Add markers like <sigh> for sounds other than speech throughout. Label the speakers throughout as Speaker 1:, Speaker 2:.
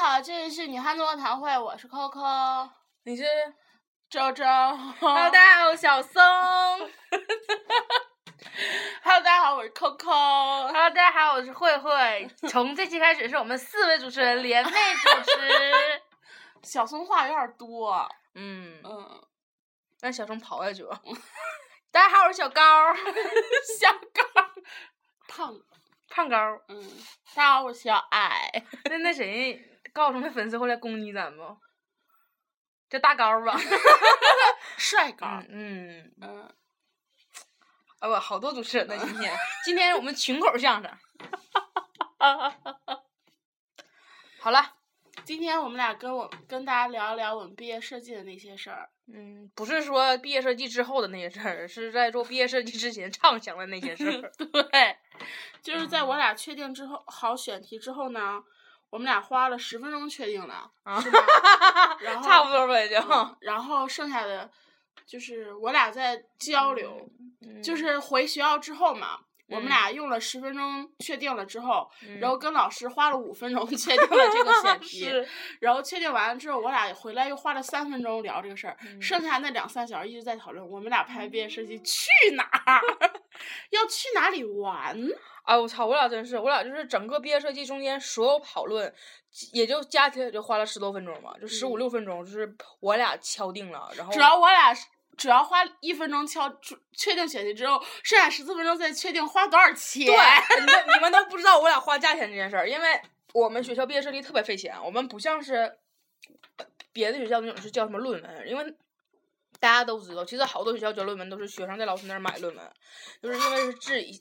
Speaker 1: 好，这里是女汉子卧谈会，我是 Coco
Speaker 2: 你是
Speaker 1: 周周。
Speaker 2: Hello，
Speaker 1: Hello， <laughs>
Speaker 2: 大家好，我小松。
Speaker 1: 大家好，我是 Coco。
Speaker 2: Hello，大家好，我是慧慧。 <laughs> 从这期开始是我们四位主持人联袂主 <laughs> 持。
Speaker 1: <laughs> 小松话有点多，
Speaker 2: 嗯，
Speaker 1: 嗯，
Speaker 2: 让小松跑下去吧。 <laughs> 大家好，我是小 <laughs> 高，
Speaker 1: 小高胖，
Speaker 2: 胖高。
Speaker 1: 嗯，大家好，我是小矮。
Speaker 2: <laughs> 那那谁，高晓松的粉丝会来攻击咱不？叫大高 <laughs> 吧。
Speaker 1: 帅哥，
Speaker 2: 嗯，
Speaker 1: 嗯，
Speaker 2: 啊不，好多主持人呢，今天，今天我们群口相声。 <laughs> 好了，
Speaker 1: 今天我们俩跟我跟大家聊一聊我们毕业设计的那些事儿。
Speaker 2: 嗯，不是说毕业设计之后的那些事儿，是在做毕业设计之前畅想的那些事儿。
Speaker 1: <laughs> 对，就是在
Speaker 2: 嗯
Speaker 1: 我俩确定之后，好选题之后呢，我们俩花了十分钟确定了，
Speaker 2: 啊 <laughs>
Speaker 1: 是吧？然后
Speaker 2: 差不多吧，也就、
Speaker 1: 嗯 <laughs> 然后剩下的就是我俩在交流，
Speaker 2: 嗯
Speaker 1: 就是回学校之后嘛，我们
Speaker 2: 嗯
Speaker 1: 俩用了十分钟确定了之后，
Speaker 2: 嗯
Speaker 1: 然后跟老师花了五分钟 <laughs> 确定了这个
Speaker 2: <laughs>
Speaker 1: 选题，
Speaker 2: 是
Speaker 1: 然后确定完了之后，我俩回来又花了三分钟聊这个事儿，
Speaker 2: 嗯
Speaker 1: 剩下那两三小时一直在讨论我们俩拍毕业设计去哪儿， <laughs> 要去哪里玩，
Speaker 2: 哎我操，我俩真是，我俩就是整个毕业设计中间所有讨论，也就加起来也就花了十多分钟吧，就十五六分钟，就是我俩敲定了，然
Speaker 1: 嗯
Speaker 2: 后
Speaker 1: 只要我俩是。只要花一分钟敲出确定选题之后，剩下十四分钟再确定花多少钱。
Speaker 2: 对，你们 <laughs> 你们都不知道我俩花价钱这件事儿，因为我们学校毕业设计特别费钱，我们不像是别的学校那种是叫什么论文，因为大家都知道，其实好多学校交论文都是学生在老师那儿买论文，就是因为是自己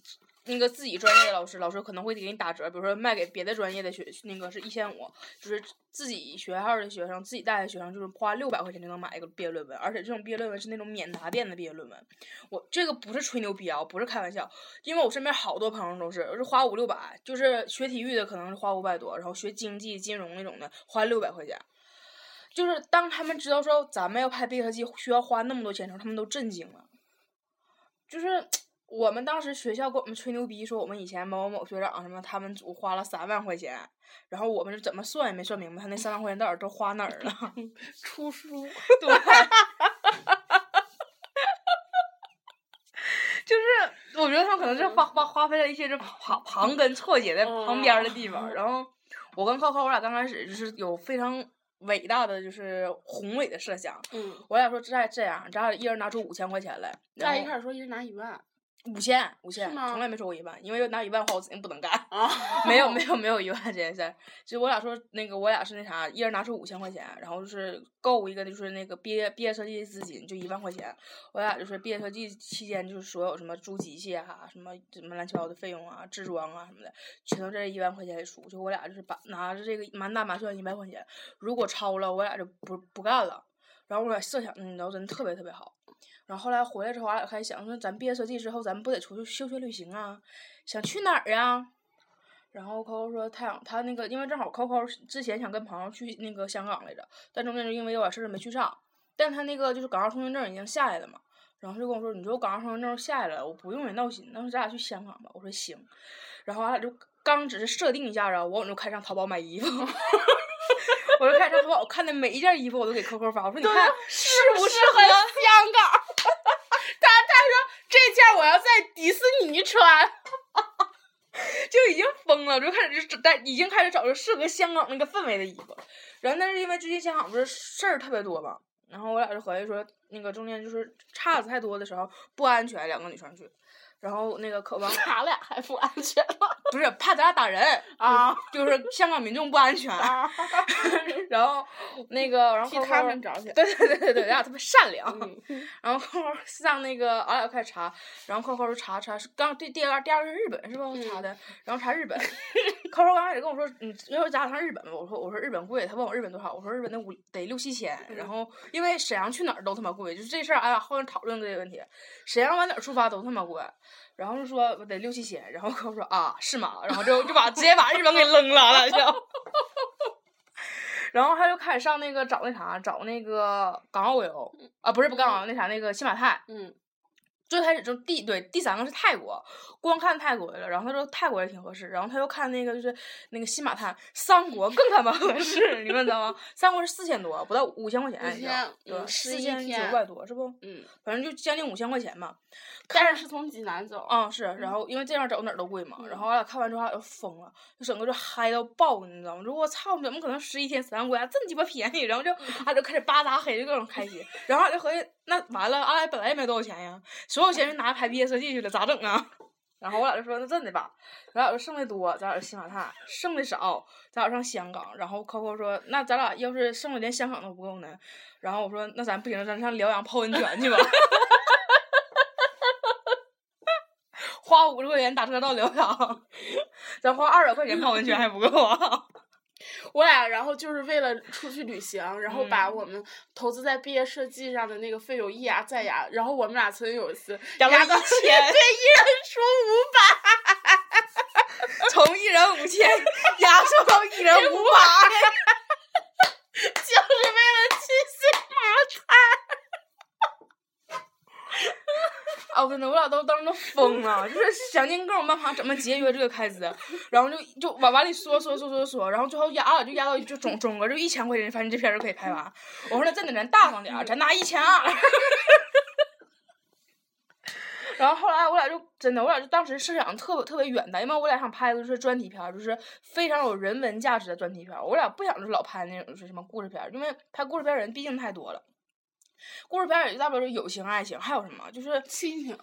Speaker 2: 那个自己专业的老师，老师可能会给你打折，比如说卖给别的专业的学那个是一千五，就是自己学校的学生自己带的学生就是花六百块钱就能买一个毕业论文，而且这种毕业论文是那种免答辩的毕业论文，我这个不是吹牛逼啊，我不是开玩笑。因为我身边好多朋友都是，是花五六百，就是学体育的可能是花五百多，然后学经济、金融那种的花六百块钱。就是当他们知道说咱们要拍毕业设计需要花那么多钱的时候，他们都震惊了。就是我们当时学校给我们吹牛逼说我们以前某某某学长什么他们组花了三万块钱，然后我们是怎么算也没算明白他那三万块钱到底都花哪儿了。
Speaker 1: 出书。
Speaker 2: 对，就是我觉得他们可能是花花花费了一些这旁旁根错节在旁边儿的地
Speaker 1: 哦
Speaker 2: 方。然后我跟靠靠，我俩刚开始就是有非常伟大的就是宏伟的设想。
Speaker 1: 嗯，
Speaker 2: 我俩说再这样，咱俩一人拿出五千块钱来，
Speaker 1: 大
Speaker 2: 然
Speaker 1: 一
Speaker 2: 后
Speaker 1: 开始说一人拿一万
Speaker 2: 五千五千，
Speaker 1: 吗
Speaker 2: 从来没说过一万，因为要拿一万的话我肯定不能干。
Speaker 1: 啊， <laughs>
Speaker 2: 没有没有没有一万这件事儿，就我俩说那个我俩是那啥，一人拿出五千块钱，然后就是购一个就是那个毕业毕业设计的资金，就一万块钱。我俩就是毕业设计期间就是所有什么租机械啊、什么什么乱七八糟的费用啊、制装啊什么的，全都在这一万块钱里出。就我俩就是把拿着这个满打满算一万块钱，如果超了我俩就不不干了。然后我俩设想的，你知道真特别特别好。然后后来回来之后，我俩就开始想说，咱毕业设计之后，咱们不得出去休学旅行啊？想去哪儿啊？然后 Coco 说他想他那个，因为正好 Coco 是之前想跟朋友去那个香港来着，但中间就因为有点事儿没去上。但他那个就是港澳通行证已经下来了嘛，然后就跟我说：“你说我港澳通行证下来了，我不用你闹心，那咱俩去香港吧。”我说：“行。”然后俺俩就刚只是设定一下啊，我我就开上淘宝买衣服， <laughs> 我就开上淘宝，我看的每一件衣服我都给 Coco 发，我说：“你看
Speaker 1: 啊是
Speaker 2: 不
Speaker 1: 不是
Speaker 2: 是
Speaker 1: 很香港？他他说这件我要在迪士尼穿，
Speaker 2: 就已经疯了，就开始就在已经开始找着适合香港那个氛围的衣服。然后，但是因为最近香港不是事儿特别多嘛，然后我俩就合计说，那个中间就是岔子太多的时候不安全，两个女生去。然后那个可王
Speaker 1: 咱俩还不安全了
Speaker 2: 不是怕咱俩打人，
Speaker 1: <laughs> 啊
Speaker 2: 就是香港民众不安全。
Speaker 1: 啊！
Speaker 2: <laughs>
Speaker 1: <laughs>
Speaker 2: 然后那个，然后
Speaker 1: 替
Speaker 2: 扣
Speaker 1: 他
Speaker 2: 扣
Speaker 1: 们着想。
Speaker 2: 对对对对对，咱俩特别善良。
Speaker 1: 嗯
Speaker 2: 然后扣扣上那个，俺俩就开始查，然后扣扣查查是刚对第二第二个是日本是吧？我查的，然后查日本，扣扣刚开始跟我说，嗯你要不咱俩上日本吧？我说我说日本贵，他问我日本多少，我说日本得五得六七千，然后因为沈阳去哪儿都他妈贵，就是这事儿俺俩后面讨论过这个问题，沈阳往哪儿出发都他妈贵。然后就说得六七千，然后跟我说啊是吗？然后就就把直接把日本给扔了了就。 <laughs> 然后他就开始上那个找那啥，找那个港澳游啊，不是不港澳那啥那个新马泰，
Speaker 1: 嗯
Speaker 2: 最开始就第对第三个是泰国，光看泰国的了，然后他说泰国也挺合适，然后他又看那个就是那个新马泰，三国更他妈合适， <laughs> 你们知道吗？三国是四千多，不到五千块钱，你知道
Speaker 1: 5000
Speaker 2: 对吧，
Speaker 1: 嗯十
Speaker 2: 四
Speaker 1: 一
Speaker 2: 千
Speaker 1: 天
Speaker 2: 九百多是不？
Speaker 1: 嗯，
Speaker 2: 反正就将近五千块钱吧。
Speaker 1: 但是是从济南走，
Speaker 2: 啊、是，然后因为这样找哪儿都贵嘛，
Speaker 1: 嗯
Speaker 2: 然后我俩看完之后，俺俩就疯了，就整个就嗨到爆，你知道吗？就我操，怎么可能十一天三个国家这么鸡巴便宜？然后就俺就开始巴扎黑，就各种开心。然后俺就合计，那完了，俺俩本来也没多少钱呀，所有钱就拿拍毕业设计去了，咋整啊？ <laughs> 然后我俩就说那真的吧，咱俩就剩的多，咱俩就新马泰；剩的少，咱俩上香港。然后 Coco 说，那咱俩要是剩的连香港都不够呢？然后我说，那咱不行，咱上辽阳泡温泉去吧。花五十块钱打车到辽阳， <laughs> 咱花二百块钱泡温泉还不够啊？ <laughs>
Speaker 1: 我俩然后就是为了出去旅行，然后把我们投资在毕业设计上的那个费用一压再压，然后我们俩曾经有一次
Speaker 2: 压到
Speaker 1: 压到
Speaker 2: 一千
Speaker 1: 对，一人 <laughs> 出五百。
Speaker 2: 从一人五千 <laughs> 压缩到一人五百，
Speaker 1: <laughs> 就是为了去新马泰。
Speaker 2: 啊！我真的，我俩都当时都疯了，就是想尽各种办法怎么节约这个开支，然后就就往碗里缩缩缩缩缩，然后最后压俺俩就压到就总总额就一千块钱，反正这片儿就可以拍完。我说那真的，咱大方点儿，咱拿一千二。 <laughs> 然后后来我俩就真的，我俩就当时设想特别特别远的，因为我俩想拍的就是专题片儿，就是非常有人文价值的专题片儿。我俩不想就是老拍那种就是什么故事片儿，因为拍故事片儿人毕竟太多了。故事片儿也就大不了就友情、爱情，还有什么就是
Speaker 1: 亲情，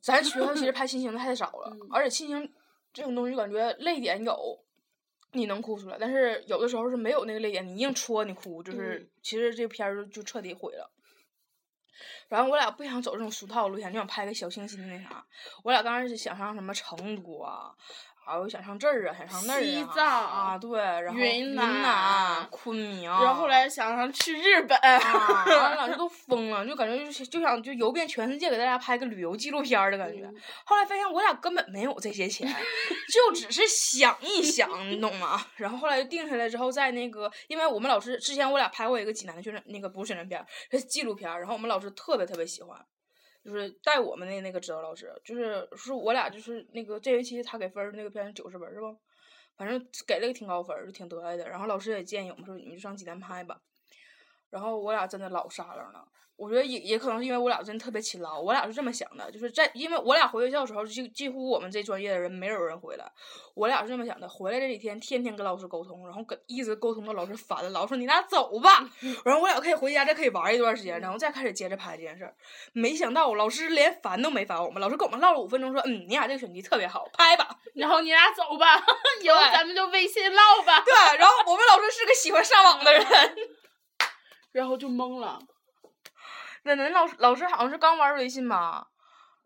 Speaker 2: 咱学校其实拍亲情的太少了
Speaker 1: 嗯，
Speaker 2: 而且亲情这种东西，感觉泪点有，你能哭出来，但是有的时候是没有那个泪点，你硬戳你哭，就是、
Speaker 1: 嗯
Speaker 2: 其实这片儿就彻底毁了。然后我俩不想走这种俗套路线，就想拍个小清新的那啥。我俩刚开始想上什么成都啊，还有想上这儿啊，想上那儿啊，
Speaker 1: 西藏
Speaker 2: 啊，对，然后
Speaker 1: 云
Speaker 2: 云
Speaker 1: 南
Speaker 2: 南、昆明，
Speaker 1: 然后后来想上去日本，
Speaker 2: 啊，俺俩就都疯了，就感觉就是就想就游遍全世界，给大家拍个旅游纪录片儿的感觉。
Speaker 1: 嗯
Speaker 2: 后来发现我俩根本没有这些钱，就只是想一想，你懂吗？ <laughs> 然后后来就定下来之后，在那个，因为我们老师之前我俩拍过一个济南的宣传，那个不是宣传片儿，是纪录片儿，然后我们老师特别特别喜欢。就是带我们的那个指导老师，就是是我俩就是那个这学期他给分儿那个片是九十分儿是吧？反正给了个挺高分儿，就挺得意的。然后老师也建议我们说，你们就上济南拍吧。然后我俩真的老沙楞了。我觉得也也可能是因为我俩真的特别勤劳，我俩是这么想的，就是在因为我俩回学校的时候，几几乎我们这专业的人没有人回来，我俩是这么想的，回来这几天天天跟老师沟通，然后跟一直沟通到老师烦了，老师说你俩走吧，然后我俩可以回家再可以玩一段时间，然后再开始接着拍这件事儿。没想到老师连烦都没烦我们，老师跟我们唠了五分钟说，嗯，你俩这个选题特别好，拍吧。
Speaker 1: <laughs>
Speaker 2: <laughs>
Speaker 1: 然后你俩走吧， <laughs> 以后
Speaker 2: 对
Speaker 1: 咱们就微信唠吧。
Speaker 2: 对，然后我们老师是个喜欢上网的人，
Speaker 1: <laughs>
Speaker 2: <laughs>
Speaker 1: 然后就懵了，
Speaker 2: 真的，那老师老师好像是刚玩微信吧，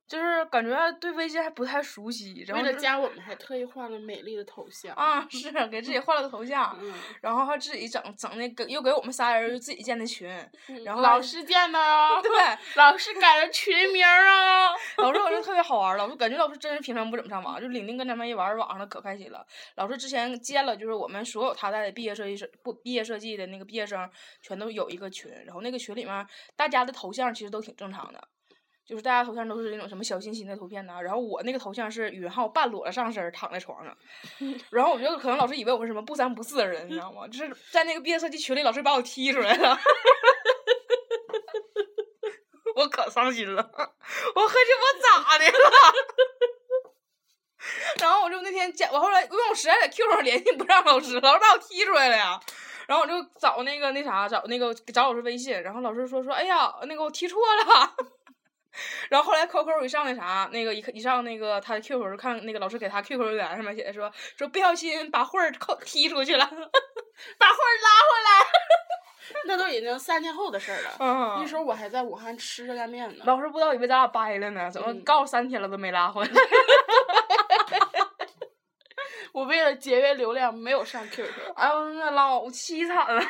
Speaker 2: 就是感觉对微信还不太熟悉，然
Speaker 1: 为
Speaker 2: 后
Speaker 1: 了
Speaker 2: 就
Speaker 1: 加我们还特意换了美丽的头像。
Speaker 2: 啊，是给自己换了个头像，
Speaker 1: 嗯，
Speaker 2: 然后还自己整整那个，又给我们仨人又自己建的群，然后
Speaker 1: 嗯老师见的哦， <laughs>
Speaker 2: 对，
Speaker 1: 老师改了群名儿哦。
Speaker 2: 老师我觉得特别好玩儿，老师感觉老师真是平常不怎么上网，就玲玲跟咱们一玩儿网上了可开心了。老师之前建了，就是我们所有他带的毕业设计师不毕业设计的那个毕业生，全都有一个群，然后那个群里面儿大家的头像其实都挺正常的。就是大家头像都是那种什么小心心的图片呐、然后我那个头像是允浩半裸着上身儿躺在床上，然后我觉得可能老师以为我是什么不三不四的人，你知道吗？就是在那个毕业设计群里，老师把我踢出来了， <laughs> 我可伤心了。 <laughs> 我合计我咋的了？ <laughs> 然后我就那天讲，我后来因为我实在在 Q 上联系不上老师，老师把我踢出来了呀。然后我就找那个那啥，找那个找老师微信，然后老师说说，哎呀，那个我踢错了。 <laughs> 然后后来 QQ 一上那啥，那个一看一上那个他的 QQ 就看那个老师给他 QQ 留言上面写的说说不小心把慧儿扣踢出去了， <laughs>
Speaker 1: 把慧儿拉回来。 <laughs> 那都已经三天后的事儿了。
Speaker 2: 嗯
Speaker 1: 那时候我还在武汉吃热干面呢。
Speaker 2: 老师不知道以为咱俩掰了呢，怎么
Speaker 1: 嗯
Speaker 2: 告诉三天了都没拉回来？
Speaker 1: 我为了节约流量，没有上 QQ。
Speaker 2: 哎呦，那老凄惨了！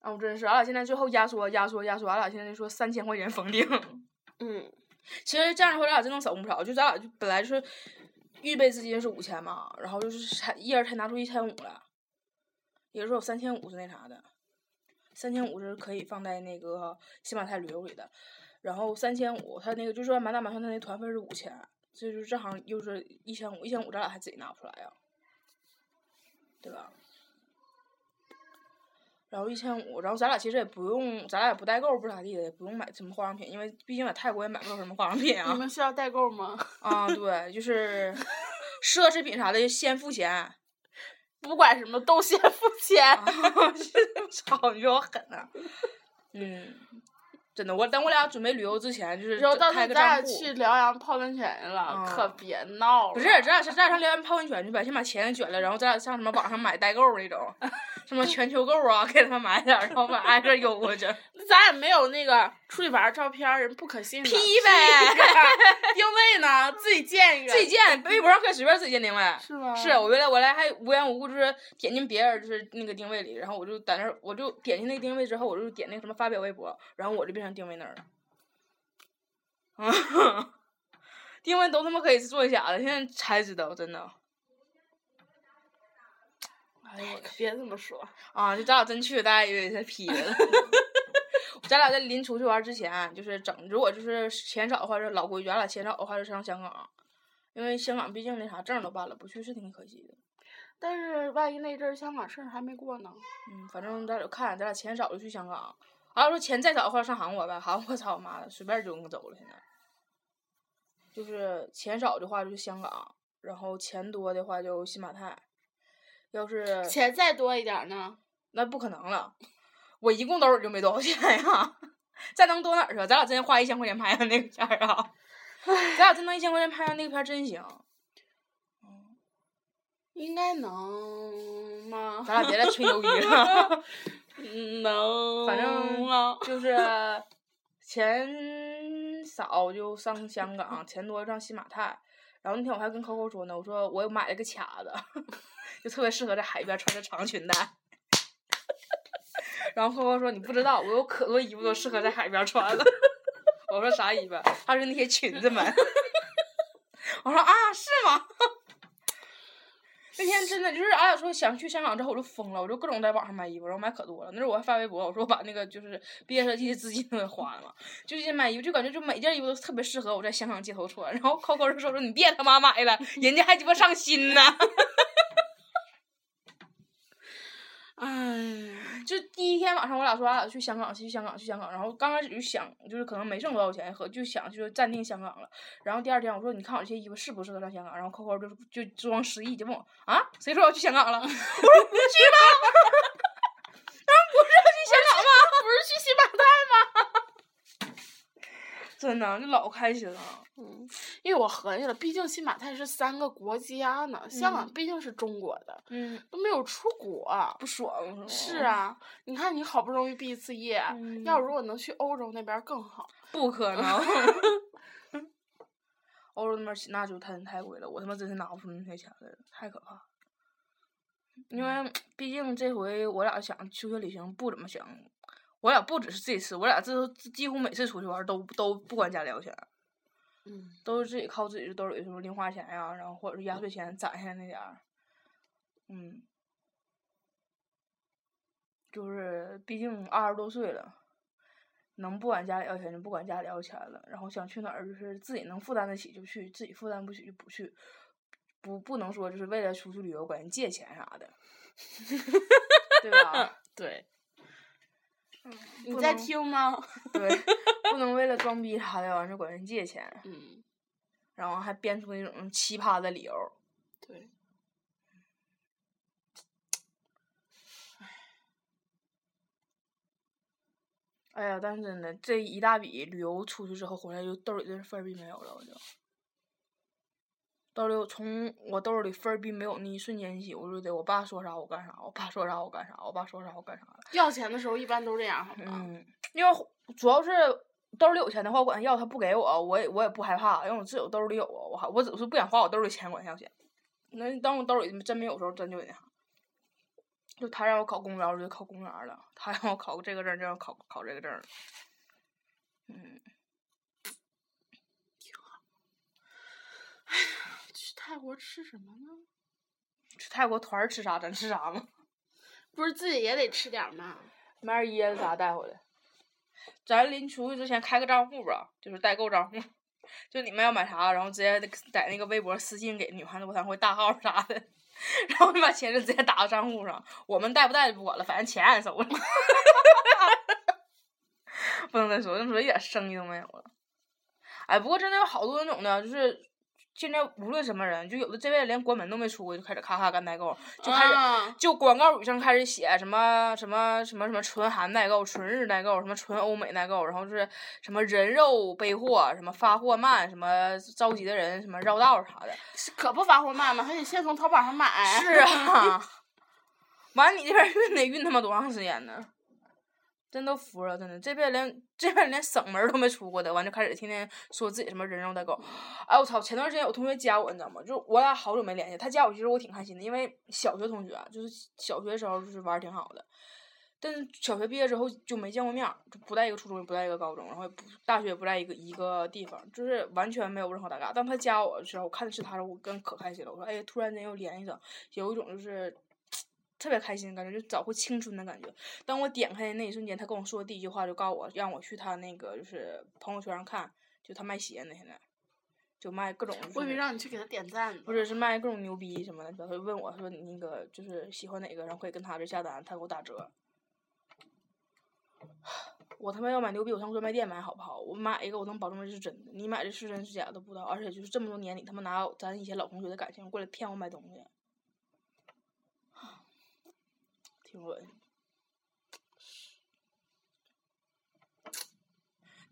Speaker 2: 啊，我真是，俺俩现在最后压缩、压缩、压缩，俺俩现在就说三千块钱封顶。
Speaker 1: <laughs>
Speaker 2: <laughs>
Speaker 1: 嗯，
Speaker 2: 其实这样的话，咱俩真能省不少。就咱俩就本来就是预备资金是五千嘛，然后就是才一人才拿出一千五来，也就是说有三千五是那啥的，三千五是可以放在那个新马泰旅游里的。然后三千五，他那个就说满打满算他那团费是五千，所以说这行又是一千五，一千五咱俩还自己拿不出来呀，对吧？然后一千五，然后咱俩其实也不用，咱俩也不代购，不咋地的，也不用买什么化妆品，因为毕竟在泰国也买不到什么化妆品
Speaker 1: 你
Speaker 2: 啊。
Speaker 1: 们需要代购吗？ <laughs>
Speaker 2: 啊，对，就是 <laughs> 奢侈品啥的先付钱。
Speaker 1: 不管什么都先付钱。
Speaker 2: <laughs> 操，你说我狠呐、嗯，真的，我等我俩准备旅游之前，就是
Speaker 1: 然后到时
Speaker 2: 开
Speaker 1: 候
Speaker 2: 个
Speaker 1: 咱
Speaker 2: 账
Speaker 1: 俩
Speaker 2: 户。
Speaker 1: 去辽阳泡温泉去了，
Speaker 2: 嗯
Speaker 1: 可别闹了。
Speaker 2: 不是，咱俩上咱俩上辽源泡温泉去吧，先把钱卷了，然后咱俩上什么网上买代购那种，什么全球购啊，给他们买点儿，然后把挨个邮过
Speaker 1: <laughs>
Speaker 2: 去。
Speaker 1: 咱俩没有那个出去玩儿照片儿，人不可信的。
Speaker 2: P 呗，
Speaker 1: <laughs> 定位呢，自己建一个。
Speaker 2: 自己建，微博上可以随便自己建定位。
Speaker 1: 是吗？
Speaker 2: 是我原来我来还无缘无故就是点进别人就是那个定位里，然后我就在那儿我就点进那个定位之后，我就点那个什么发表微博，然后我就变成定位那儿了。 <laughs> 啊，定位都他妈可以做假的，现在才知道，真的。哎呦我去
Speaker 1: 别这么说。
Speaker 2: 啊！就咱俩真去，大家以为是 P 的了。 <laughs> 咱俩在临出去玩之前，就是整，如果就是钱少的话，就是老规矩，咱俩钱少的话就上香港，因为香港毕竟那啥证儿都办了，不去是挺可惜的。
Speaker 1: 但是万一那阵儿香港事儿还没过呢，
Speaker 2: 嗯，反正咱俩看，咱俩钱少就去香港。啊，说钱再少的话上韩国呗，韩国操妈的随便就能走了。现在就是钱少的话就是香港，然后钱多的话就新马泰。要是
Speaker 1: 钱再多一点儿呢，
Speaker 2: 那不可能了，我一共兜里就没多少钱呀， <laughs> 再能多哪儿去啊？咱俩真花一千块钱拍的那个片儿啊，咱俩真能一千块钱拍上那个片儿真行。
Speaker 1: 应该能吗？
Speaker 2: 咱俩别再吹牛逼 <laughs> 了。
Speaker 1: 嗯能
Speaker 2: 反正
Speaker 1: 啊，
Speaker 2: 就是钱少就上香港，钱多上新马泰。然后那天我还跟 Coco 说呢，我说我买了个卡子， <laughs> 就特别适合在海边穿着长裙带。然后 Coco 说你不知道，我有可多衣服都适合在海边穿了。 <laughs> 我说啥衣服？啊他说那些裙子们。 <laughs> 我说啊，是吗？那天真的就是，俺俩说想去香港之后，我就疯了，我就各种在网上买衣服，然后买可多了。那时候我还发微博，我说我把那个就是毕业设计的资金都给花了嘛，就先买衣服，就感觉就每件衣服都特别适合我在香港街头穿。然后 Coco 就说说你别他妈买了，人家还鸡巴上新呢。
Speaker 1: 哎，
Speaker 2: 就第一天晚上，我俩说俺俩去香港，去香港，去香港。然后刚开始就想，就是可能没挣多少钱，和就想就是暂定香港了。然后第二天我说，你看我这些衣服适不适合上香港？然后扣扣就就装失忆，就问我啊，谁说要去香港了？我说不 <laughs> 去吗？
Speaker 1: 不是去新马泰，
Speaker 2: <laughs> 真的，就老开心了。
Speaker 1: 因为我合计了，毕竟新马泰是三个国家呢，香港
Speaker 2: 嗯
Speaker 1: 毕竟是中国的，
Speaker 2: 嗯，
Speaker 1: 都没有出国。
Speaker 2: 不爽
Speaker 1: 是，啊，你看你好不容易毕一次业，
Speaker 2: 嗯
Speaker 1: 要如果能去欧洲那边儿更好。
Speaker 2: 不可能。欧洲那边儿那就太太贵了，我他妈真是拿不出那些钱来了，太可怕了。因为毕竟这回我俩想休学旅行不怎么想，我俩不只是这次，我俩这都几乎每次出去玩儿都都不管家里要钱，
Speaker 1: 嗯，
Speaker 2: 都是自己靠自己的兜里什么零花钱呀、然后或者是压岁钱攒下来那点儿，嗯，就是毕竟二十多岁了，能不管家里要钱就不管家里要钱了，然后想去哪儿就是自己能负担得起就去，自己负担不起就不去，不不能说就是为了出去旅游管人借钱啥的，对吧？
Speaker 1: <laughs> 对。
Speaker 2: 嗯不
Speaker 1: 你在
Speaker 2: 能
Speaker 1: 听吗？
Speaker 2: 对，不能为了装逼啥的完事管人借钱，
Speaker 1: 嗯，
Speaker 2: 然后还编出那种奇葩的理由。
Speaker 1: 对。
Speaker 2: 哎呀，但是真的，这一大笔旅游出去之后回来，就兜里的分儿币没有了，我就兜里有从我兜里分儿币没有那一瞬间起，我就得我爸说啥我干啥，我爸说啥我干啥，我爸说啥我干啥了。
Speaker 1: <laughs> 要钱的时候一般都这样，好吗？
Speaker 2: 嗯，因为主要是兜里有钱的话，我管他要，他不给我，我也我也不害怕，因为我自己兜里有啊，我还我只是不想花我兜里钱管他要钱。那当我兜里真没有时候，真就那啥。就他让我考公务员，我就考公务员了；他让我考这个证，就让我考考这个证了。嗯，
Speaker 1: 去泰国吃什么呢？
Speaker 2: 去泰国团儿吃啥咱吃啥嘛，
Speaker 1: 不是自己也得吃点儿吗？
Speaker 2: 买点椰子啥带回来。咱临出去之前开个账户吧，就是代购账户，就你们要买啥，然后直接在那个微博私信给女汉子博览会大号啥的， <laughs> 然后你把钱就直接打到账户上，我们带不带就不管了，反正钱俺收了。 <laughs> 不能再说，那时候一点生意都没有了。哎，不过真的有好多那种的，就是现在无论什么人，就有的这辈子连国门都没出过，就开始咔咔干代购，就开始、
Speaker 1: 啊
Speaker 2: 就广告语上开始写什么什么什么什么纯韩代购、纯日代购、什么纯欧美代购，然后就是什么人肉备货、什么发货慢、什么着急的人、什么绕道啥的。
Speaker 1: 是可不发货慢了，还得先从淘宝上买。
Speaker 2: 是啊，完你这边运得运他妈多长时间呢？真都服了，真的，这边连这边连省门儿都没出过的，完就开始天天说自己什么人肉代购，哎我操！前段时间有同学加我，你知道吗？就是我俩好久没联系，他加我其实我挺开心的，因为小学同学啊就是小学时候就是玩儿挺好的，但是小学毕业之后就没见过面儿，就不在一个初中，也不在一个高中，然后也不大学也不在一个一个地方，就是完全没有任何搭嘎。当他加我的时候，我看的是他的时候，我跟可开心了，我说哎，突然间又联系上，有一种就是特别开心的感觉，就找回青春的感觉。当我点开的那一瞬间，他跟我说的第一句话就告诉我，让我去他那个就是朋友圈上看，就他卖鞋呢，现在就卖各种就是那种。
Speaker 1: 我以为让你去给他点赞呢。
Speaker 2: 不是，是卖各种牛逼什么的。他会问我说：“你那个就是喜欢哪个，然后可以跟他这下单，他给我打折。”我他妈要买牛逼，我上专卖店买好不好？我买一个，我能保证这是真的。你买的是真是假都不知道，而且就是这么多年，你他妈拿咱以前老同学的感情过来骗我买东西， <sighs> 挺恶心。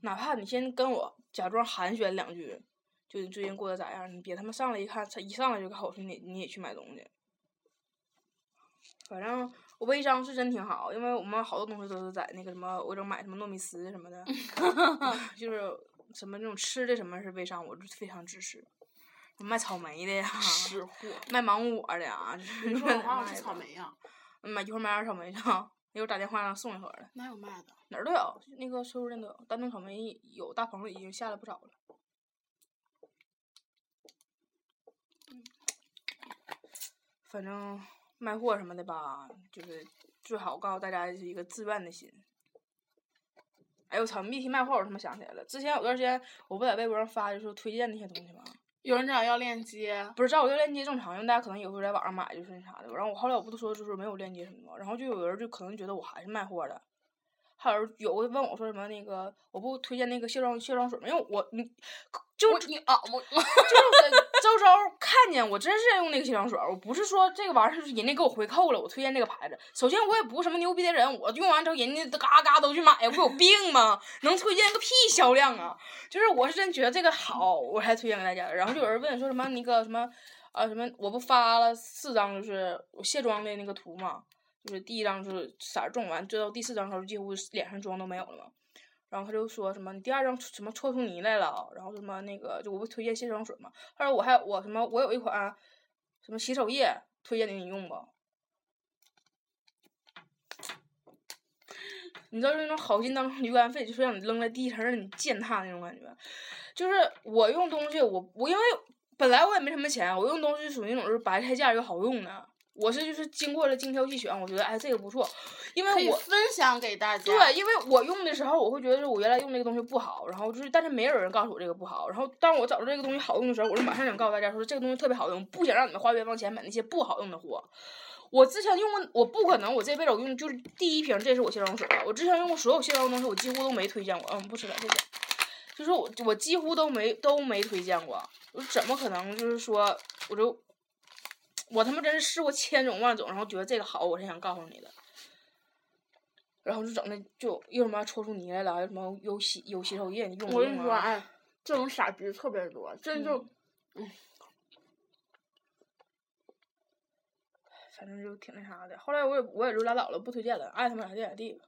Speaker 2: 哪怕你先跟我假装寒暄两句，就你最近过得咋样？你别他妈上来一看，他一上来就告诉我说你你也去买东西。反正我微商是真挺好，因为我们好多东西都是在那个什么，我整买什么糯米糍什
Speaker 1: <laughs>
Speaker 2: 么的，就是什么那种吃的什么是微商，我就非常支持。卖草莓
Speaker 1: <laughs>
Speaker 2: 的呀，
Speaker 1: 吃
Speaker 2: <laughs>
Speaker 1: 货。
Speaker 2: 卖芒果的呀，就是
Speaker 1: 你说我
Speaker 2: <laughs>
Speaker 1: 好想
Speaker 2: 卖
Speaker 1: 吃
Speaker 2: 的
Speaker 1: 草莓啊呀、
Speaker 2: 嗯买一会儿买点儿草莓去啊，一会儿打电话让送一盒儿的，
Speaker 1: 哪有卖的？
Speaker 2: 哪儿都有，那个收入店都有。丹东草莓有大棚里已经下了不少了。反正卖货什么的吧，就是最好告诉大家是一个自愿的心。哎呦我操！你一提卖货，我他妈想起来了，之前有段时间我不在微博上发的时候推荐那些东西吗？
Speaker 1: 有人找要链接，
Speaker 2: 不是，找我要链接正常，因为大家可能也会在网上买，就是那啥的。然后我后来我不都说就是没有链接什么的嘛，然后就有人就可能觉得我还是卖货的，还有人有个问我说什么那个我不推荐那个卸妆卸妆水吗？因为我你就
Speaker 1: 我你啊
Speaker 2: <laughs>
Speaker 1: 我
Speaker 2: 就是我周周看见我真是在用那个卸妆水儿，我不是说这个玩意儿是人家给我回扣了，我推荐这个牌子。首先我也不是什么牛逼的人，我用完之后人家都嘎嘎都去买，我有病吗？能推荐个屁销量啊！就是我是真觉得这个好，我才推荐给大家的。然后就有人问说什么那个什么啊什么，我不发了四张就是我卸妆的那个图嘛，就是第一张就是色儿重完，最到第四张的时候几乎是脸上妆都没有了嘛。然后他就说什么你第二张什么搓出泥来了，啊然后什么那个就我不推荐卸妆水嘛，他说我还我什么我有一款、什么洗手液推荐给你用吧。你知道，就是那种好心当成驴肝肺，就是让你扔在地上让你践踏那种感觉。就是我用东西，我我因为本来我也没什么钱，我用东西属于那种就是白菜价又好用的。我是就是经过了精挑细选，我觉得哎这个不错，因
Speaker 1: 可
Speaker 2: 为
Speaker 1: 以
Speaker 2: 我
Speaker 1: 分享给大家。
Speaker 2: 对，，因为我用的时候，我会觉得是我原来用这个东西不好，然后就是，但是没有人告诉我这个不好。然后当我找到这个东西好用的时候，我就马上想告诉大家说这个东西特别好用，不想让你们花冤枉钱买那些不好用的货。我之前用过，我不可能，我这辈子我用就是第一瓶，这是我卸妆水了。我之前用过所有卸妆的东西，我几乎都没推荐过。嗯，不吃了，谢谢。就是我我几乎都没都没推荐过，我怎么可能就是说我就我他妈真是试过千种万种，然后觉得这个好，我才想告诉你的。然后就整的就又什么搓出泥来了，又什么有洗有洗手液，你用不
Speaker 1: 我跟你
Speaker 2: 用
Speaker 1: 说，
Speaker 2: 啊？
Speaker 1: 哎，这种傻逼特别多，真就、
Speaker 2: 嗯反正就挺那啥的。后来我也我也就拉倒了，不推荐了，爱他们咋地咋地吧。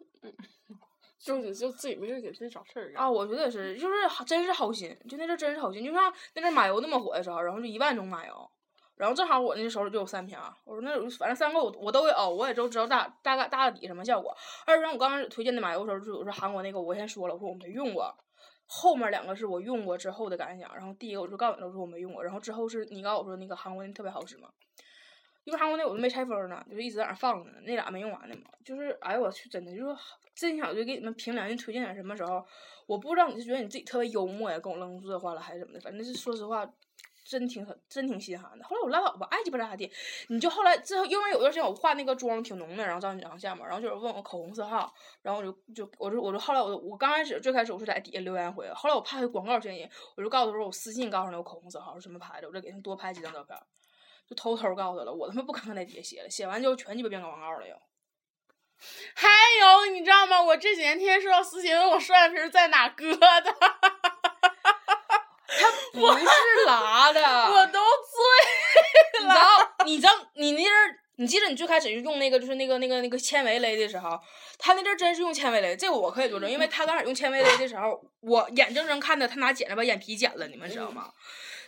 Speaker 1: 就你就自己没事给自己找事儿干。
Speaker 2: 啊，我觉得也是，就是好真是好心，就那阵儿真是好心，就像那阵儿马油那么火的时候，然后就一万种马油，然后正好我那手里就有三瓶儿，我说那有反正三个我我都有，我也都知道大大概大概底什么效果。二然我刚开始推荐的马油的时候，就我说韩国那个我先说了，我说我没用过。后面两个是我用过之后的感想，然后第一个我就告诉你了，我说我没用过，然后之后是你告诉我说那个韩国那特别好使嘛，因为韩国那我都没拆封呢，就是一直在那儿放着呢，那俩没用完呢嘛。就是哎呦我去，真的就是真想就给你们凭良心推荐点什么时候，我不知道你是觉得你自己特别幽默呀，跟我扔这话了还是怎么的，反正是说实话。真挺真挺心寒的，后来我拉倒吧，爱鸡巴咋地。你就后来之后，因为有段时间我化那个妆挺浓的，然后照你长相嘛，然后就是问我口红色号，然后我就就我就我就后来我我刚开始最开始我是在底下留言回，后来我怕有广告嫌疑，我就告诉他说我私信告诉你我口红色号是什么牌子，我再给他多拍几张照片，就偷偷告诉他了，我他妈不敢在底下写了，写完之后全鸡巴变广告了又。
Speaker 1: <laughs> 还有，你知道吗？我这几年天天收到私信问我双眼皮儿在哪割的，
Speaker 2: 啊他不是拉的，
Speaker 1: <laughs> 我都醉
Speaker 2: 你知
Speaker 1: 了。
Speaker 2: 道，你知道，你那阵儿，你记得你最开始用那个就是那个那个那个纤维勒的时候，他那阵儿真是用纤维勒，这我可以作证，
Speaker 1: 嗯
Speaker 2: 因为他刚开始用纤维勒的时候，我眼睁睁看着他拿剪子把眼皮剪了，你们知道
Speaker 1: 嗯
Speaker 2: 吗？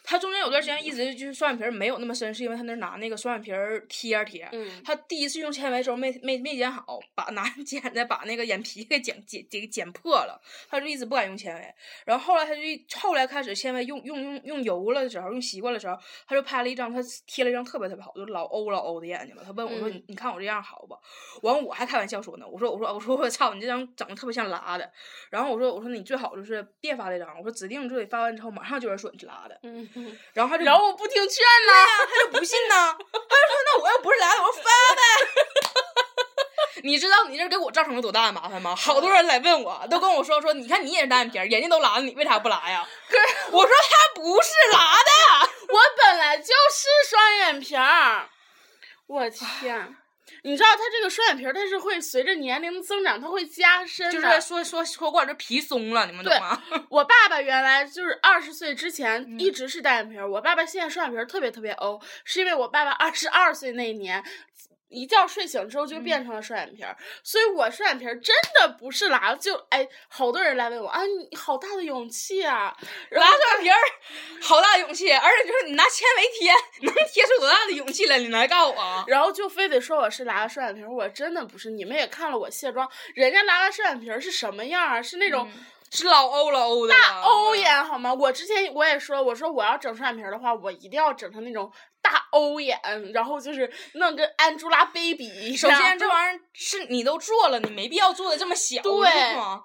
Speaker 2: 他中间有段时间一直就是双眼皮儿没有那么深，是因为他那儿拿那个双眼皮儿贴儿贴。
Speaker 1: 嗯，
Speaker 2: 他第一次用纤维的时候没没没剪好，把拿剪子把那个眼皮给剪剪给剪破了，他就一直不敢用纤维。然后后来他就一后来开始纤维用用用用油了的时候，用习惯的时候，他就拍了一张，他贴了一张特别特别好，就老欧老欧的眼睛了。他问我说：“
Speaker 1: 嗯
Speaker 2: 你你看我这样好不？”完我还开玩笑说呢，我说我说我说我操，你这张整的特别像拉的。然后我说我说你最好就是别发这张，我说指定就得发完之后马上就有人说你是拉的。
Speaker 1: 嗯，
Speaker 2: 然后他就
Speaker 1: 然后我不听劝呢。
Speaker 2: 他就不信呢，他就说那我又不是来了，我说
Speaker 1: <laughs>
Speaker 2: 发呗。你知道你这给我造成了多大的麻烦
Speaker 1: 嗯
Speaker 2: 吗？好多人来问我，都跟我说说，你看你也是单眼皮儿，人家都拉了，你为啥不
Speaker 1: <laughs>
Speaker 2: 拉呀？
Speaker 1: 可是
Speaker 2: 我说他不是啊拉的，
Speaker 1: <laughs> 我本来就是双眼皮儿，我
Speaker 2: <sighs>
Speaker 1: 天！你知道它这个双眼皮儿，它是会随着年龄的增长，它会加深
Speaker 2: 就
Speaker 1: 的。
Speaker 2: 是说说说管这皮松了，你们懂吗？
Speaker 1: 我爸爸原来就是二十岁之前一直是单眼皮儿，我爸爸现在双眼皮儿特别特别欧，是因为我爸爸二十二岁那一年。一觉睡醒之后就变成了双眼皮儿，所以我双眼皮儿真的不是拉，就哎，好多人来问我啊，你好大的勇气啊！
Speaker 2: 拉双眼皮儿，好大的勇气，而且就是你拿纤维贴，能贴出多大的勇气来？你来告诉我啊！
Speaker 1: 然后就非得说我是拉个双眼皮儿，我真的不是。你们也看了我卸妆，人家拉个双眼皮儿是什么样 <laughs> 啊？是那种
Speaker 2: 是老欧老欧的大
Speaker 1: 欧，眼好吗？我之前我也说，我说我要整双眼皮儿的话，我一定要整成那种大欧眼，然后就是弄跟 Angelababy 一
Speaker 2: 首
Speaker 1: 样。
Speaker 2: 先这玩意儿是你都做了，你没必要做的这么小，
Speaker 1: 对
Speaker 2: 你知道吗？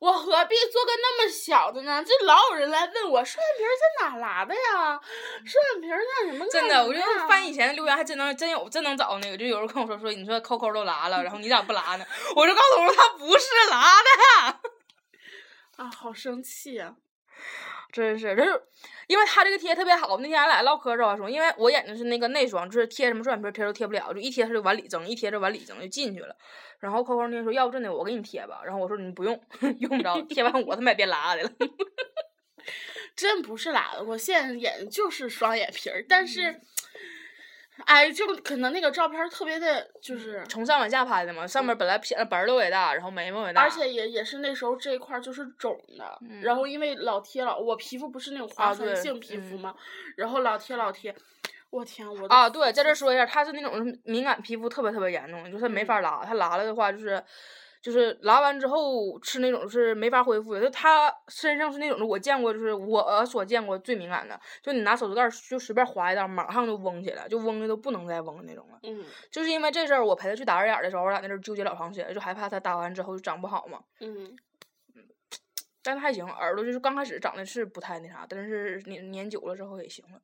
Speaker 1: 我何必做个那么小的呢？这老有人来问我双眼皮儿在哪拉的呀？双眼皮儿干什么干
Speaker 2: 真的，我
Speaker 1: 什
Speaker 2: 觉
Speaker 1: 么呀
Speaker 2: 得翻以前的留言还真能真有真能找那个，就有人跟我说说，你说扣扣都拉了，然后你咋不拉呢？我就告诉我说他不是拉的，
Speaker 1: 啊，好生气啊！
Speaker 2: 真是，就是因为他这个贴特别好。那天俺俩唠嗑儿时候还说，因为我眼睛是那个内双，就是贴什么双眼皮儿贴都贴不了，就一贴它就往里整，一贴就往里整就进去了。然后扣扣那天说，要不真的我给你贴吧，然后我说你不用， <laughs> 用不着，贴完我他妈也别拉的了。
Speaker 1: 真不是拉的，我现在眼睛就是双眼皮儿，但
Speaker 2: 嗯
Speaker 1: 是，哎，就可能那个照片儿特别的，就是，
Speaker 2: 从上往下拍的嘛，上面本来撇的本儿都也大，然后眉毛也大，嗯
Speaker 1: 而且也也是那时候这一块儿就是肿的，然后因为老贴老，我皮肤不是那种
Speaker 2: 啊
Speaker 1: 划痕
Speaker 2: 对
Speaker 1: 性皮肤
Speaker 2: 嗯
Speaker 1: 嘛，然后老贴老贴，我天，我都
Speaker 2: 啊，对，在这儿说一下，他是那种敏感皮肤特别特别严重，就是没法拉，他拉了的话就是。就是拉完之后吃那种是没法恢复的，就他身上是那种是我见过，就是我所见过最敏感的，就你拿手指盖儿就随便划一道，马上就嗡起来，就嗡的都不能再嗡的那种了。
Speaker 1: 嗯
Speaker 2: 就是因为这事儿，我陪他去打耳眼儿的时候，我俩在那儿纠结老长时间，就害怕他打完之后就长不好嘛。
Speaker 1: 嗯，
Speaker 2: 但是还行，耳朵就是刚开始长得是不太那啥，但是年年久了之后也行了。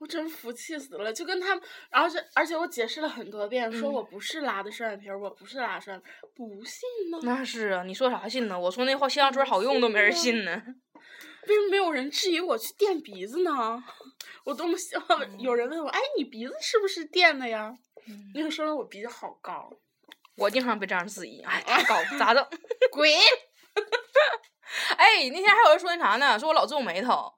Speaker 1: 我真服气死了，就跟他们，而且而且我解释了很多遍，说
Speaker 2: 嗯
Speaker 1: 我不是拉的双眼皮儿，我不是拉双眼皮儿，不信呢，
Speaker 2: 那是啊，你说啥信呢？我说那话西洋水好用都没人信啊呢。
Speaker 1: 为什么没有人质疑我去垫鼻子呢？ <laughs> 我多么希
Speaker 2: 嗯
Speaker 1: 望有人问我，哎，你鼻子是不是垫的呀？那个时候我鼻子好高，
Speaker 2: 我经常被这样质疑，哎，太高了咋整？
Speaker 1: 滚！
Speaker 2: 哎，那天还有人说那啥呢，说我老皱眉头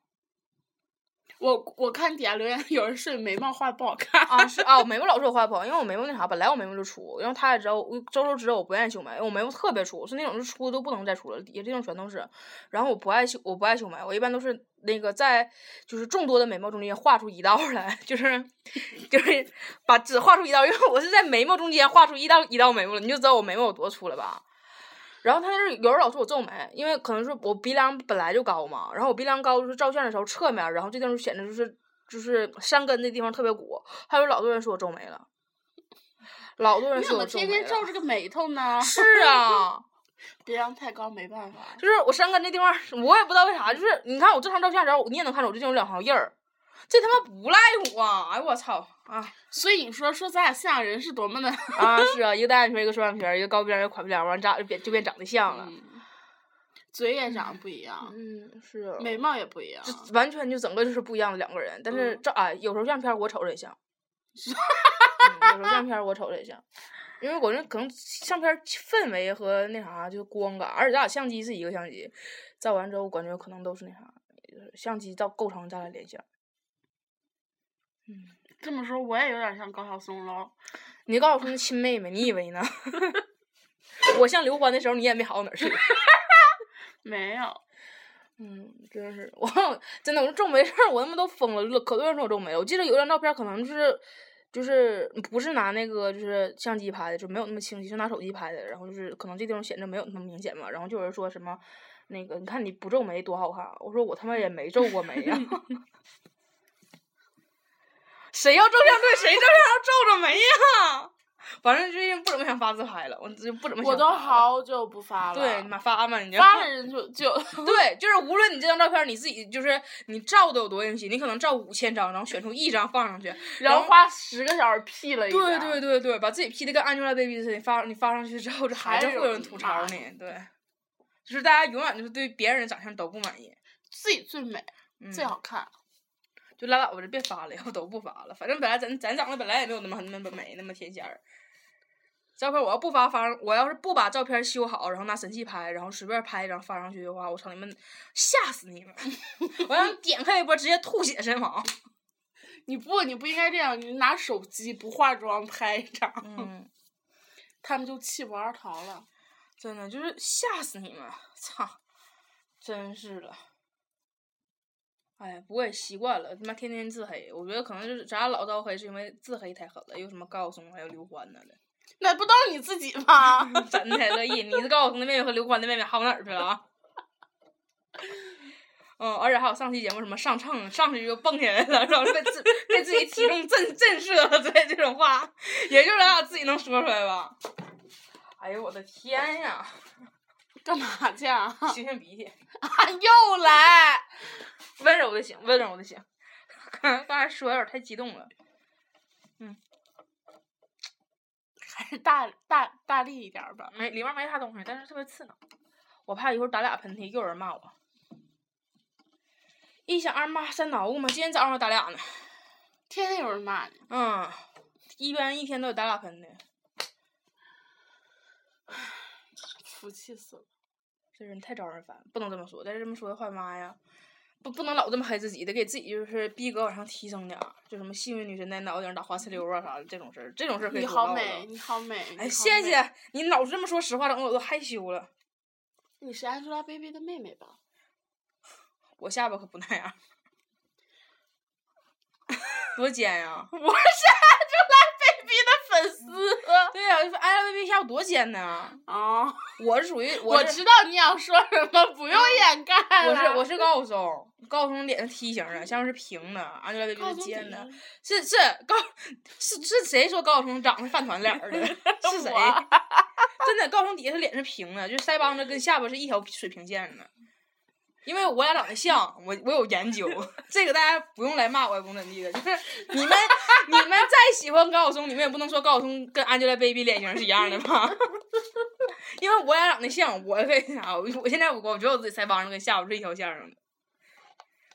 Speaker 1: 我我看底下留言有人说眉毛画得不好看，
Speaker 2: 啊，是啊，我眉毛老是我画不好，因为我眉毛那啥，本来我眉毛就粗，然后他也知道，我周周知道我不愿意修眉，我眉毛特别粗，是那种是粗的都不能再粗了，底下这种全都是。然后我不爱修，我不爱修眉，我一般都是那个在就是众多的眉毛中间画出一道来， <laughs> 就是就是把只画出一道，因为我是在眉毛中间画出一道一道眉毛了，你就知道我眉毛有多粗了吧。然后他是有人老说我皱眉，因为可能是我鼻梁本来就高嘛，然后我鼻梁高就是照相的时候侧面，然后这地方就显得就是就是山根那地方特别鼓，还有老多人说我皱眉了，老多人
Speaker 1: 你
Speaker 2: 说
Speaker 1: 怎
Speaker 2: 我
Speaker 1: 么
Speaker 2: 皱
Speaker 1: 天
Speaker 2: 眉
Speaker 1: 天
Speaker 2: 了。
Speaker 1: 皱
Speaker 2: <laughs>
Speaker 1: 这个眉头呢？ <laughs>
Speaker 2: 是啊，
Speaker 1: 别让太高，没办法。
Speaker 2: 就是我山根那地方，我也不知道为啥，就是你看我正常照相的时候，你也能看出我这近有两行印儿，这他妈不赖我啊！哎我操啊
Speaker 1: <laughs> 所以你说说咱俩像人是多么的，
Speaker 2: 啊！是啊，一个单眼皮儿，一个双眼皮儿，一个高鼻梁，一个宽鼻梁，完咱俩就变就变长得像了。
Speaker 1: 嗯嘴也长得不一样，
Speaker 2: 嗯，是啊
Speaker 1: 眉毛也不一样。
Speaker 2: 就完全就整个就是不一样的两个人。但是
Speaker 1: 嗯
Speaker 2: 照啊，有时候相片儿我瞅着
Speaker 1: <laughs>
Speaker 2: 也像，嗯有时候相片儿我瞅着也像，因为我那可能相片儿氛围和那啥就是光感，而且咱俩相机是一个相机，照完之后我感觉可能都是那啥，就是相机照构成咱俩脸型。
Speaker 1: 这么说，我也有点像高晓松喽。
Speaker 2: 你告诉我那亲妹妹，你以为呢？ <laughs> 我像刘欢的时候，你也没好到哪儿去。
Speaker 1: 没有，
Speaker 2: 嗯，真是我真的， <laughs> 我说皱眉事儿，我他妈都疯了，可多人说我皱眉了。我记得有一张照片，可能就是就是不是拿那个就是相机拍的，就没有那么清晰，是拿手机拍的。然后就是可能这地方显得没有那么明显嘛。然后就有人说什么那个，你看你不皱眉多好看，啊我说我他妈也没皱过眉
Speaker 1: <laughs>
Speaker 2: 呀、谁要照相对谁照相要皱着眉呀、 <laughs> 反正最近不怎么想发自拍了，我就不怎么想
Speaker 1: 我都
Speaker 2: 发了。
Speaker 1: 好久不发了。 <laughs>
Speaker 2: 对，你妈发吧，你这
Speaker 1: 发了人就 <laughs> 就
Speaker 2: <laughs> 对，就是无论你这张照片你自己就是你照的有多用心，你可能照五千张，然后选出一张放上去。
Speaker 1: 然后花十个小时 P 了一
Speaker 2: 对
Speaker 1: 张
Speaker 2: 对对对，把自己 P 的跟 Angelababy 似的，你发你发上去之后，这还
Speaker 1: 还
Speaker 2: 是会
Speaker 1: 有
Speaker 2: 有人吐槽
Speaker 1: 骂
Speaker 2: 你。对，就是大家永远就是对别人的长相都不满意。
Speaker 1: 自己最美、
Speaker 2: 嗯，
Speaker 1: 最好看。
Speaker 2: 就拉倒吧，就别发了，以后都不发了。反正本来咱咱长得本来也没有那么那么美，那么天仙儿。照片我要不发发上，我要是不把照片修好，然后拿神器拍，然后随便拍一张发上去的话，我操你们，吓死你们！我让你点开一波，直接吐血身亡。
Speaker 1: 你不你不应该这样，你拿手机不化妆拍一张， <laughs>
Speaker 2: 嗯，
Speaker 1: 他们就气不二桃了。
Speaker 2: <laughs> 真的就是吓死你们，操，真是的。哎呀，不过也习惯了，他妈天天自黑。我觉得可能就是咱俩老招黑，是因为自黑太狠了，有什么高晓松还有刘欢呢的。
Speaker 1: 那不都是你自己吗？
Speaker 2: <laughs>
Speaker 1: <laughs>
Speaker 2: 咱才乐意。你是高晓松的妹妹和刘欢的妹妹好哪儿去了啊？嗯，而且还有上期节目什么上秤，上去就蹦起来了，然后被自被自己体重震震慑了之类这种话，也就是咱俩自己能说出来吧。哎呦我的天呀！
Speaker 1: 干嘛去啊？
Speaker 2: 擤擤鼻涕，
Speaker 1: 啊 <laughs> 又来，
Speaker 2: 温柔的行，温柔的行。刚才刚才说有点太激动了，
Speaker 1: 还是大大大力一点儿吧。
Speaker 2: 没里面没啥东西，但是特别刺挠。我怕一会儿打俩喷嚏，又有人骂我。一想二骂三挠嘛，今天早上我打俩呢。
Speaker 1: 天天有人骂你，
Speaker 2: 嗯，一般一天都得打俩喷嚏，
Speaker 1: 服气死了。
Speaker 2: 这人太招人烦，不能这么说。但是这么说的话，妈呀，不不能老这么黑自己，得给自己就是逼格往上提升点儿。就什么幸运女神在脑袋顶上打花呲溜啊啥的这种事儿，这种事儿可以
Speaker 1: 你
Speaker 2: 多
Speaker 1: 好
Speaker 2: 唠
Speaker 1: 美，
Speaker 2: 唠。
Speaker 1: 你好美。你好
Speaker 2: 哎，谢
Speaker 1: 美。
Speaker 2: 谢你老是这么说实话，整得我都害羞了。
Speaker 1: 你是 Angelababy 的妹妹
Speaker 2: <laughs>
Speaker 1: 吧？
Speaker 2: 我下巴可不那样， <laughs> 多尖呀、
Speaker 1: 我是 Angelababy 的粉 <laughs> 丝
Speaker 2: 对呀、就是 Angelababy 下巴多尖呢？
Speaker 1: 啊！
Speaker 2: 我是属于
Speaker 1: 我
Speaker 2: 是
Speaker 1: 知道你想说什么，不用掩盖
Speaker 2: 我是
Speaker 1: 了
Speaker 2: 我是高晓松，高晓松脸是梯形啊的，下面是平的，Angelababy
Speaker 1: 高
Speaker 2: 是
Speaker 1: 中
Speaker 2: 尖
Speaker 1: 怎
Speaker 2: 的
Speaker 1: 样。
Speaker 2: 是是高 <laughs> 是是谁说高晓松长得饭团脸儿的？是谁？
Speaker 1: 我
Speaker 2: <laughs> 真的，高晓松底下他脸是平的，就是腮帮子跟下巴是一条水平线的。因为我俩长得像，我我有研究，这个大家不用来骂我，也不用怎么地的，就是你们你们再喜欢高晓松，你们也不能说高晓松跟 Angelababy 脸型是一样的吧？ <laughs> 因为我俩长得像，我为啥？我我现在我我觉得我自己腮帮子跟下巴是一条线上的。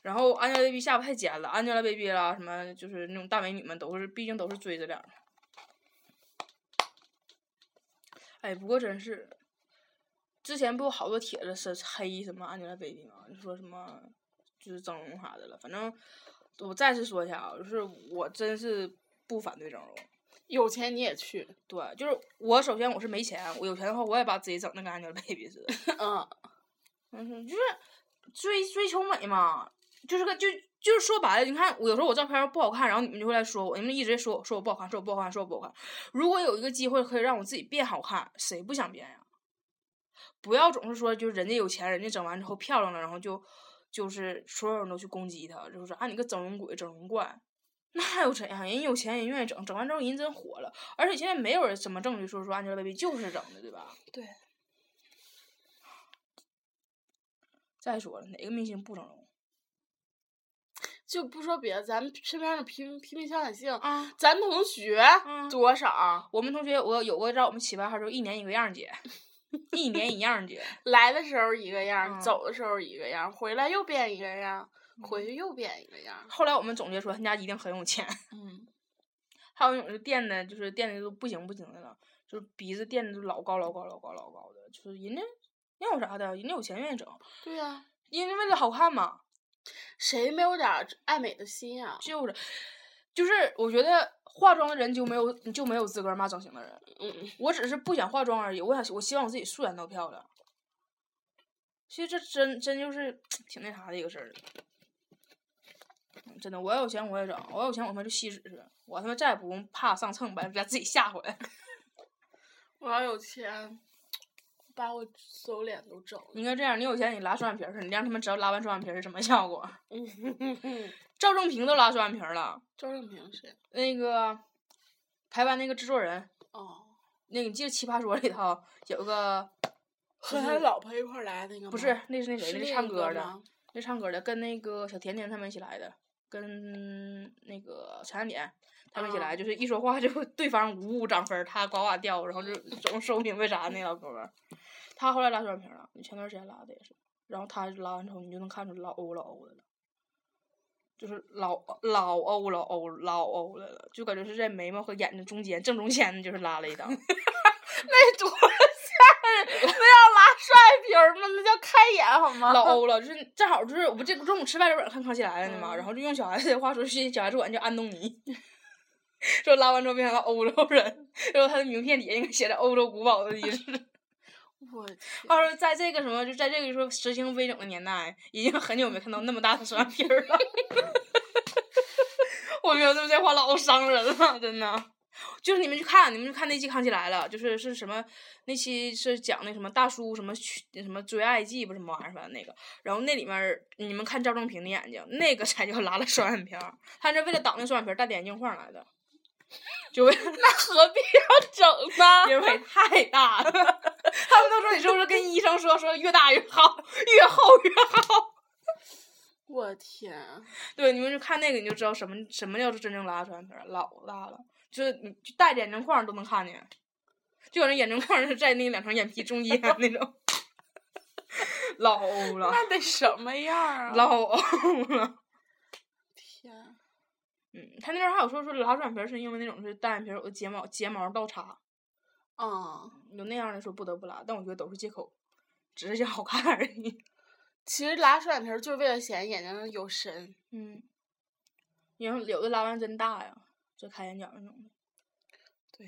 Speaker 2: 然后 Angelababy 下巴太尖了，Angelababy 啦什么就是那种大美女们都是，毕竟都是锥子脸儿嘛。哎，不过真是，之前不有好多帖子是黑什么 Angelababy 吗？就说什么就是整容啥的了。反正我再次说一下啊，就是我真是不反对整容。
Speaker 1: 有钱你也去，
Speaker 2: 对，就是我首先我是没钱，我有钱的话我也把自己整的跟 Angelababy 似的。
Speaker 1: 嗯，
Speaker 2: <laughs> 嗯哼，就是追追求美嘛，就是个就就是说白了，你看我有时候我照片不好看，然后你们就会来说我，你们一直说我说我不好看，说我不好看，说我不好看。如果有一个机会可以让我自己变好看，谁不想变呀？不要总是说就是人家有钱，人家整完之后漂亮了，然后就就是所有人都去攻击他，就是说啊你个整容鬼、整容怪，那还有怎样？人有钱，人愿意整，整完之后人真火了，而且现在没有人什么证据说说 Angelababy 就是整的，对吧？
Speaker 1: 对。
Speaker 2: 再说了，哪个明星不整容？
Speaker 1: 就不说别的，咱们身边的平平民小百姓，
Speaker 2: 啊
Speaker 1: 咱同学
Speaker 2: 嗯
Speaker 1: 多少
Speaker 2: 我们同学，我有个让我们起外号就是“一年一个样儿姐”，一年一样儿姐。
Speaker 1: 来的时候一个样，
Speaker 2: 嗯
Speaker 1: 走的时候一个样，回来又变一个样，回去又变一个样。
Speaker 2: 后来我们总结说，他家一定很有钱。
Speaker 1: 嗯，
Speaker 2: 还有一种是垫的，就是垫的都不行不行的了，就是鼻子垫的都老高老高老高老高的，就是人家人家有啥的，人家有钱愿意整，
Speaker 1: 对呀、
Speaker 2: 人家为了好看嘛，
Speaker 1: 谁没有点儿爱美的心啊？
Speaker 2: 就是就是我觉得化妆的人就没有你就没有资格骂整形的人，
Speaker 1: 嗯，
Speaker 2: 我只是不想化妆而已，我想我希望我自己素颜到漂亮。其实这真真就是挺那啥的一个事儿，嗯真的，我要有钱我也整，我要有钱我他妈就吸脂去，我他妈再也不用怕上秤，把把自己吓回来。 <laughs>
Speaker 1: 我要有钱，把我所有脸都整了。
Speaker 2: 你应该这样，你有钱你拉双眼皮儿去，你让他们知道拉完双眼皮儿是什么效果。
Speaker 1: 嗯，
Speaker 2: 赵正平都拉双眼皮儿了，
Speaker 1: 周正平谁？
Speaker 2: 那个台湾那个制作人，
Speaker 1: 哦，
Speaker 2: 那个你记得《奇葩说》里头有个
Speaker 1: 和他老婆一块儿来那个吗
Speaker 2: 不是，那是那
Speaker 1: 是
Speaker 2: 谁，那
Speaker 1: 另
Speaker 2: 唱
Speaker 1: 一个
Speaker 2: 歌的，
Speaker 1: 吗 <laughs>
Speaker 2: 那唱歌的跟那个小甜甜他们一起来的，跟那个陈安典他们一起来，
Speaker 1: 啊
Speaker 2: 就是一说话就 <laughs> 对方呜呜涨分儿，他呱呱掉，然后就总说不明白啥那老哥们儿，他后来拉双眼皮儿了，前段时间拉的也是，然后他拉完之后你就能看出老欧老欧的了。就是老老欧老欧老欧的了，就感觉是在眉毛和眼睛中间正中间就是拉了一档，
Speaker 1: 那多吓人！那要拉双眼皮儿吗？那叫开眼好吗？ <laughs>
Speaker 2: 老欧了，就是正好就是我们这中午吃饭时候看《康熙来了》呢嘛，
Speaker 1: 嗯
Speaker 2: 然后就用小孩子的话说，是小孩子管叫安东尼， <laughs> 说拉完之后变成了欧洲人，然后他的名片底下应该写着欧洲古堡的遗址。
Speaker 1: 我的天
Speaker 2: 话说在这个什么，就在这个就说实行微整的年代，已经很久没看到那么大的双眼
Speaker 1: 嗯
Speaker 2: 皮儿了。 <laughs> 我没有这么这话老伤人了，真的。就是你们去看，你们去看那期《康熙来了》，就是是什么那期是讲那什么大叔什么去什么追爱记不是什么玩意儿，反正那个，然后那里面儿你们看赵正平的眼睛，那个才叫拉了双眼皮儿，他是为了挡那双眼皮儿戴眼镜框来的，就为了
Speaker 1: 那何必要整呢？
Speaker 2: 因为太大了， <laughs> 他们都说你是不是跟医生说说越大越好，越厚越好？ <laughs>
Speaker 1: 我天，
Speaker 2: 对，你们就看那个你就知道什么什么叫做真正拉双眼皮儿，老大了，就是你就戴着眼镜框都能看见，就有人眼镜框是在那两层眼皮中间那种， <laughs> 老欧了，
Speaker 1: 那得什么样啊？
Speaker 2: 老 <laughs> 欧了。
Speaker 1: 天，
Speaker 2: 嗯，他那边还有说说拉双眼皮儿是因为那种是单眼皮儿有个睫毛睫毛倒插，
Speaker 1: 嗯，
Speaker 2: 有那样的说不得不拉，但我觉得都是借口，只是想好看而已。
Speaker 1: 其实拉双眼皮儿就是为了显眼睛有神。
Speaker 2: 嗯，然后有的拉完真大呀，就开眼角那种的。
Speaker 1: 对，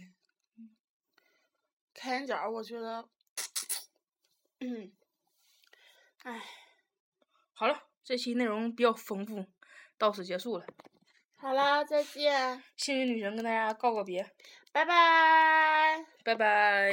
Speaker 1: 嗯开眼角，我觉得，嗯，哎，
Speaker 2: 好了，这期内容比较丰富，到此结束了。
Speaker 1: 好啦，再见，
Speaker 2: 幸运女神跟大家告个别，
Speaker 1: 拜拜。
Speaker 2: 拜拜。